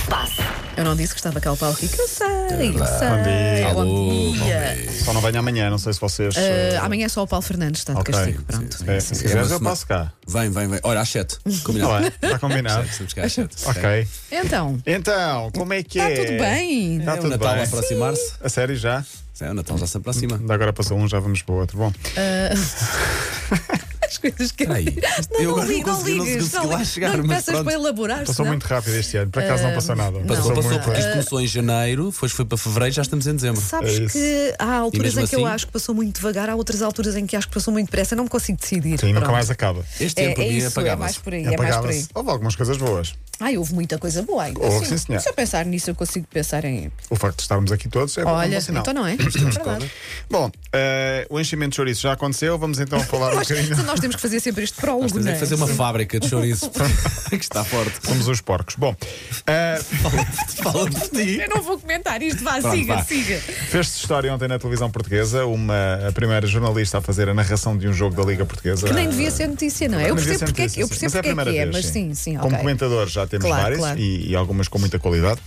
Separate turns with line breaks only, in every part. se passa?
Eu não disse que estava cá o Paulo Rico. Eu sei, eu sei. É
Bom dia.
Bom
Alô,
dia.
Só não venho amanhã, não sei se vocês. eh,
Ah, amanhã é só o Paulo Fernandes está de
Ok.
castigo. Pronto.
eh, se quiseres, eu passo cá.
Vem, vem, vem. Olha, às 7. Combinado.
Não é? Está combinado?
Estamos cá às 7.
ok.
Então,
Então, como é que
está
é?
Tá tudo bem?
Está
É o
tudo
Natal a
bem.
aproximar-se.
A sério já?
É, o Natal já se aproxima.
Ainda agora passou um, já vamos para o outro. Bom,
As coisas que.
Peraí.
Não,
Eu
não,
agora não
li- não
consegui- não
ligues,
consegui lá
li-
chegar,
não
mas
peças
pronto.
para elaborar.
passou
senão-
muito rápido este ano. Por
Eh,
acaso não é. passou nada.
Passou, passou,
muito
porque isto
rápido.
começou em janeiro, depois foi para fevereiro, já estamos em dezembro.
Sabes
É isso.
que há alturas
mesmo
em que eu
assim-
acho que passou muito devagar, há outras alturas em que acho que passou muito depressa. Eu não me consigo decidir.
Sim, nunca
Pronto.
mais acaba.
Este ano
É,
para
é
mim
isso, é mais
apagava-se.
por aí. É mais por aí.
Apagava-se. Houve algumas coisas boas.
Ai, houve muita coisa boa ainda.
Houve,
Sim.
sim, senhora.
Se eu pensar nisso, eu consigo pensar em.
O facto de estarmos aqui todos é
Olha,
bom sinal.
então não é? Isto é verdade.
Bom, eh, o enchimento de chouriço já aconteceu. Vamos então falar um
Nós,
bocadinho.
nós temos que fazer sempre este prólogo,
Temos
não
é
é?
que fazer uma fábrica de chouriço que está forte.
Somos os porcos. Bom, eh,
Fala de ti.
Eu não vou comentar isto, vá,
Pronto,
siga,
vá.
siga.
Fez-se história ontem na televisão portuguesa, uma, a primeira jornalista a fazer a narração de um jogo da Liga Portuguesa.
Que nem devia ser notícia, não é? Eu
Mas
percebo
isso é
porque é que, eu
notícia,
percebo
sim. Mas é
porque
a
é,
primeira
que é,
vez,
mas sim, sim,
Como
ok.
comentadores já temos
Claro,
várias
claro. Uhum.
E, e algumas com muita qualidade.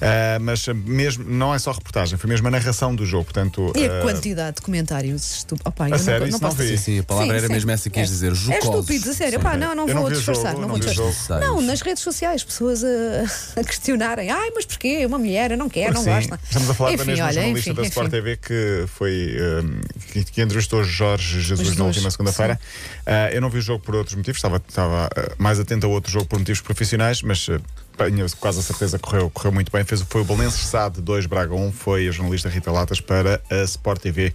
Ah, mas mesmo, não é só reportagem, foi mesmo a narração do jogo. Portanto,
E
ah,
a quantidade de comentários estúpidos. Opa, eu
a
não,
sério,
não
isso não
posso
vi.
Sim, sim, a palavra
Sim,
era
sim.
mesmo essa que quis dizer.
É
Jocosos.
estúpido, a sério. Pá, não, não
Eu não
vou
vi o
disfarçar.
jogo,
não
não
vou
vi o
disfarçar.
jogo.
Não, nas redes sociais, pessoas a, a questionarem. Ai, mas porquê? É Uma mulher, eu não quero, não
sim,
gosto.
Estamos a falar
enfim,
da mesma
olha,
jornalista
enfim,
da Sport
enfim.
TV que foi ah, que, que entrevistou Jorge Jesus
Os
na
dois,
última segunda-feira. Ah, eu não vi o jogo por outros motivos, estava, estava ah, mais atento a outro jogo por motivos profissionais, mas ah, tenho quase a certeza que correu, correu muito bem. Fez, foi o Belenenses Sade 2 Braga 1, foi a jornalista Rita Latas para a Sport TV,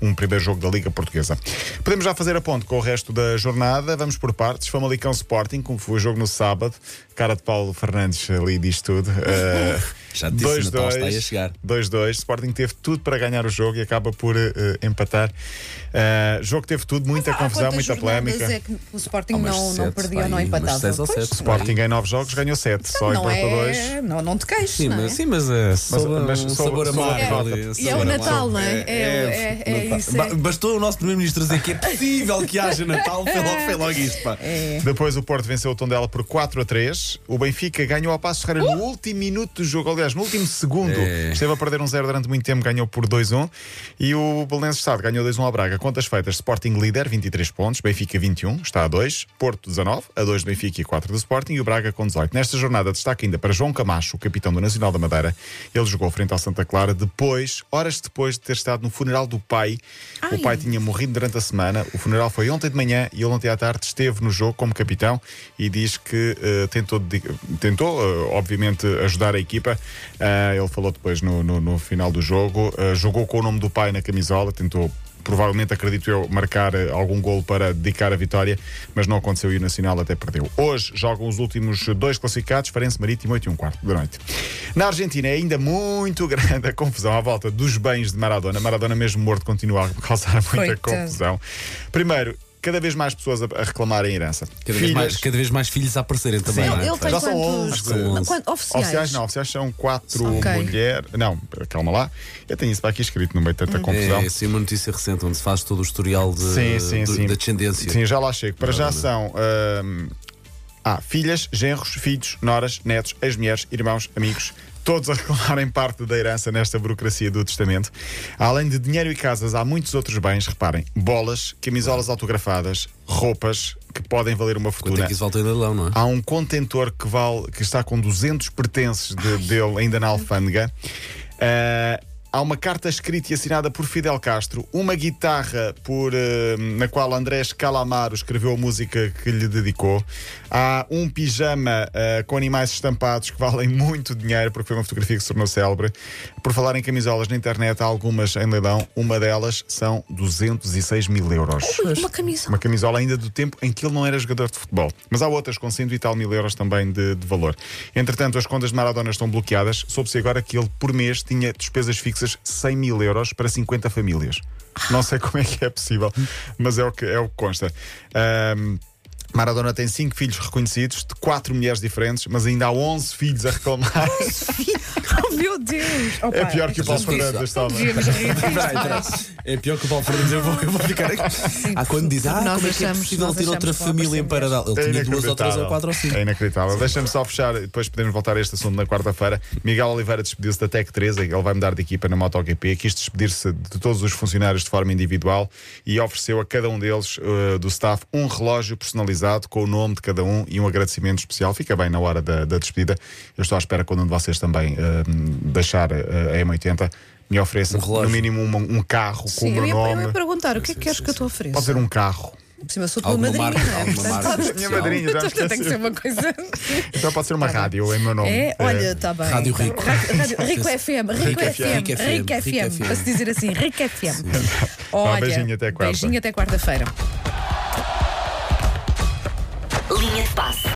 um, um primeiro jogo da Liga Portuguesa. Podemos já fazer a ponte com o resto da jornada, vamos por partes. Famalicão Sporting, como foi o jogo no sábado, cara de Paulo Fernandes ali diz tudo. Ah,
Já te disse, Natal está aí a chegar.
2-2. Sporting teve tudo para ganhar o jogo e acaba por eh, eh, empatar. O jogo teve tudo, muita
ah, Há
confusão,
quantas
muita
jornadas
polémica.
É que o Sporting
Ah, mas
não, não
sete,
perdia ou não
pá, aí, mas
empatava.
seis ou
Pois,
sete,
não é?
Sporting em 9 jogos ganhou 7, só então
não
empatou 2.
é. Não, não te queixes,
Sim,
não é?
mas, sim, mas é sob-
mas
um
sob-
sabor
sob-
amargo.
é.
ali, um
E é
sabor
o Natal,
amargo.
não é? É, é, é,
Natal.
isso.
tá. Ba-
É.
Bastou o nosso Primeiro-Ministro dizer que é possível que haja Natal, foi logo, foi logo isto, pá.
É.
Depois o Porto venceu o Tondela por 4 a 3. O Benfica ganhou ao Passo Ferreira no último minuto do jogo, aliás, no último segundo.
É.
Esteve a perder um 0 durante muito tempo, ganhou por 2-1. E o Belenenses Estado ganhou 2-1 ao Braga. Contas feitas, Sporting líder, 23 pontos, Benfica 21, está a 2, Porto 19, a 2 do Benfica e 4 do Sporting e o Braga com 18. Nesta jornada destaca ainda para João Camacho, o capitão do Nacional da Madeira. Ele jogou frente ao Santa Clara depois, horas depois de ter estado no funeral do pai.
Ai.
O pai tinha morrido durante a semana. O funeral foi ontem de manhã e ele ontem à tarde esteve no jogo como capitão e diz que eh, tentou, dedi- tentou eh, obviamente, ajudar a equipa. Ah, ele falou depois no, no- no final do jogo, ah, jogou com o nome do pai na camisola, tentou. Provavelmente, acredito eu, marcar eh, algum gol para dedicar a vitória, mas não aconteceu e o Nacional até perdeu. Hoje jogam os últimos dois classificados, Farense Marítimo 8 e um quarto da noite. Na Argentina é ainda muito grande a confusão à volta dos bens de Maradona. Maradona, mesmo morto, continua a causar muita
Coitado.
confusão. Primeiro, cada vez mais pessoas a, a reclamarem herança.
Cada vez, mais, cada vez mais filhos a aparecerem também.
Ele-
não é?
ele tem
Já são
quantos?
onze. São
Quantos? Oficiais?
Oficiais não, oficiais são quatro
Ok.
mulheres. Não, calma lá. Eu tenho isso para aqui escrito no meio de tanta confusão.
É, sim, uma notícia recente onde se faz todo o historial de,
Sim, sim,
do-
sim.
da descendência.
Sim, já lá chego. Para já são. ahm, ah, filhas, genros, filhos, noras, netos, ex-mulheres, irmãos, amigos, todos a reclamarem parte da herança nesta burocracia do testamento. Além de dinheiro e casas, há muitos outros bens, reparem: bolas, camisolas autografadas, roupas que podem valer uma
Quanto é
fortuna.
que isso volta em leilão, não é?
Há um contentor que, vale, que está com 200 pertences de- dele ainda na alfândega. Ah, há uma carta escrita e assinada por Fidel Castro, uma guitarra por, eh, na qual Andrés Calamaro escreveu a música que lhe dedicou. Há um pijama ah, com animais estampados que valem muito dinheiro, porque foi uma fotografia que se tornou célebre. Por falar em camisolas na internet, há algumas em leilão. Uma delas são 206 mil euros.
Uma camisa.
Uma camisola ainda do tempo em que ele não era jogador de futebol. Mas há outras com 100 e tal mil euros também de, de valor. Entretanto, as contas de Maradona estão bloqueadas. Soube-se agora que ele, por mês, tinha despesas fixas 100 mil euros para 50 famílias. Não sei como é que é possível, mas é o que, é o que consta. Ahm, Maradona tem cinco filhos reconhecidos, de quatro mulheres diferentes, mas ainda há 11 filhos a reclamar.
Oh meu Deus! Opa,
é pior que o Paulo Fernandes, este homem.
Devíamos rir disto,
Espera aí, espera aí. É pior que o Paulo Fernandes, eu vou, eu vou ficar aqui. Há quando diz, ah,
Nós
como é que é
achamos-
possível
nós
ter outra
achamos que o
família em
Paulo
paralelo? Ele tinha duas ou três ou quatro ou cinco.
É inacreditável. Deixa-me só fechar, depois podemos voltar a este assunto na quarta-feira. Miguel Oliveira despediu-se da Tec 13, ele vai mudar de equipa na MotoGP. Quis despedir-se de todos os funcionários de forma individual e ofereceu a cada um deles, eh, do staff, um relógio personalizado com o nome de cada um e um agradecimento especial. Fica bem na hora da, da despedida. Eu estou à espera quando um de vocês também eh, deixar eh, a M80 me ofereça,
Um relógio.
no mínimo, uma- um carro com o
Sim,
meu
eu ia, eu
nome.
ia perguntar o que é que queres que eu te ofereça?
Pode ser um carro.
Por cima, eu sou tua
Alguma
madrinha,
marca,
não é?
alguma
Portanto,
marca.
Minha
Especial.
madrinha já
Portanto, tem que ser uma coisa.
Então pode ser uma rádio em meu nome.
Tá É, olha,
Eh,
está bem.
Rádio
tá-
Rico.
Rádio- Rádio- Rico FM, Rico
Rico
FM,
FM,
Rico
Rico
FM,
FM.
para se dizer assim, Rico FM.
Vá, um beijinho até quarta.
Beijinho até quarta-feira.
Linha de passe.